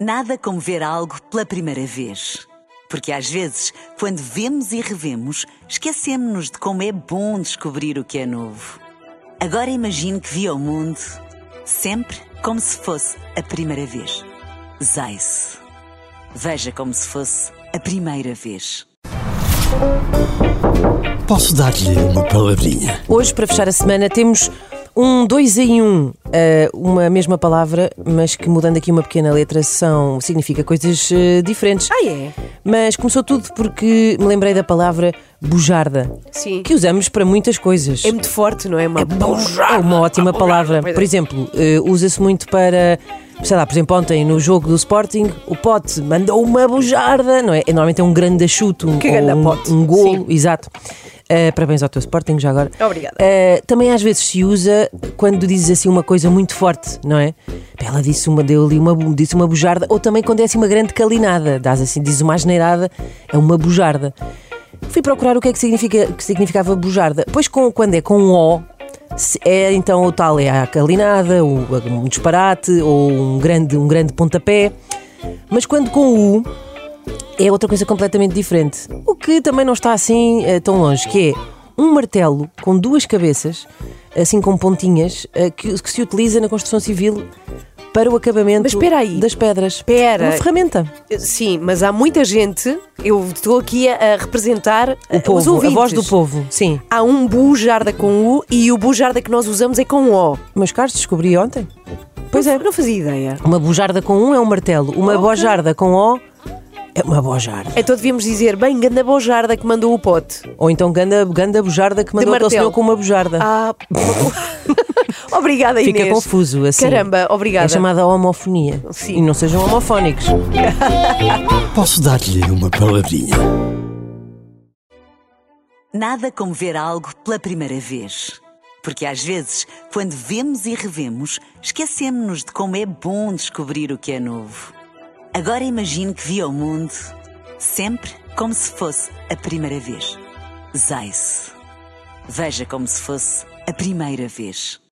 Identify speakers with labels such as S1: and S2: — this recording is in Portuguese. S1: Nada como ver algo pela primeira vez. Porque às vezes, quando vemos e revemos, esquecemos-nos de como é bom descobrir o que é novo. Agora imagine que viu o mundo sempre como se fosse a primeira vez. Zais. Veja como se fosse a primeira vez.
S2: Posso dar-lhe uma palavrinha?
S3: Hoje, para fechar a semana, temos um dois em um. Ah, uma mesma palavra, mas que mudando aqui uma pequena letra são, significa coisas ah, diferentes.
S4: Ah, é?
S3: Mas começou tudo porque me lembrei da palavra bujarda,
S4: Sim.
S3: que usamos para muitas coisas.
S4: É muito forte, não é? Uma
S3: É uma ótima palavra.
S4: é.
S3: Por exemplo, eh, usa-se muito para. Sei lá, por exemplo, ontem no jogo do Sporting, o Pote mandou uma bujarda, não é? Normalmente é um grande achuto, um,
S4: Que
S3: ou
S4: grande
S3: um,
S4: Pote.
S3: um golo, exato. Eh, parabéns ao teu Sporting, já agora.
S4: Obrigada.
S3: Eh, também às vezes se usa quando dizes assim uma coisa muito forte, não é? Pá, Ela disse uma, deu ali uma, bu- disse uma bujarda, ou também quando é assim uma grande calinada, dás assim, dizes uma asneirada, é uma bujarda. Fui procurar o que é que, significa, que significava bujarda. Pois com, quando é com um O, se é então o tal é a calinada, o- um disparate ou um grande, um grande pontapé. Mas quando com o U, é outra coisa completamente diferente. O que também não está assim eh, tão longe, que é um martelo com duas cabeças, assim com pontinhas, eh, que, que se utiliza na construção civil para o acabamento
S4: Mas espera aí.
S3: das pedras.
S4: Espera.
S3: Uma ferramenta.
S4: Sim, mas há muita gente. Eu estou aqui a, a representar
S3: O
S4: uh, os
S3: povo, a
S4: ouvintes.
S3: voz do povo. Sim.
S4: Há um bujarda com U e o bujarda que nós usamos é com O.
S3: Meus caros, descobri ontem.
S4: Pois é. Não fazia ideia.
S3: Uma bujarda com um é um martelo, uma
S4: Ok.
S3: bojarda com O é uma bojarda.
S4: Então devíamos dizer, bem, ganda bojarda que mandou o pote.
S3: Ou então ganda, ganda bujarda que mandou aquele
S4: martelo.
S3: senhor com uma bujarda.
S4: Ah, obrigada,
S3: Fica
S4: Inês.
S3: confuso assim.
S4: Caramba, obrigada.
S3: É chamada homofonia.
S4: Sim.
S3: E não sejam homofónicos.
S2: Posso dar-lhe uma palavrinha?
S1: Nada como ver algo pela primeira vez. Porque às vezes, quando vemos e revemos, esquecemos-nos de como é bom descobrir o que é novo. Agora imagine que viu o mundo sempre como se fosse a primeira vez. Zais. Veja como se fosse a primeira vez.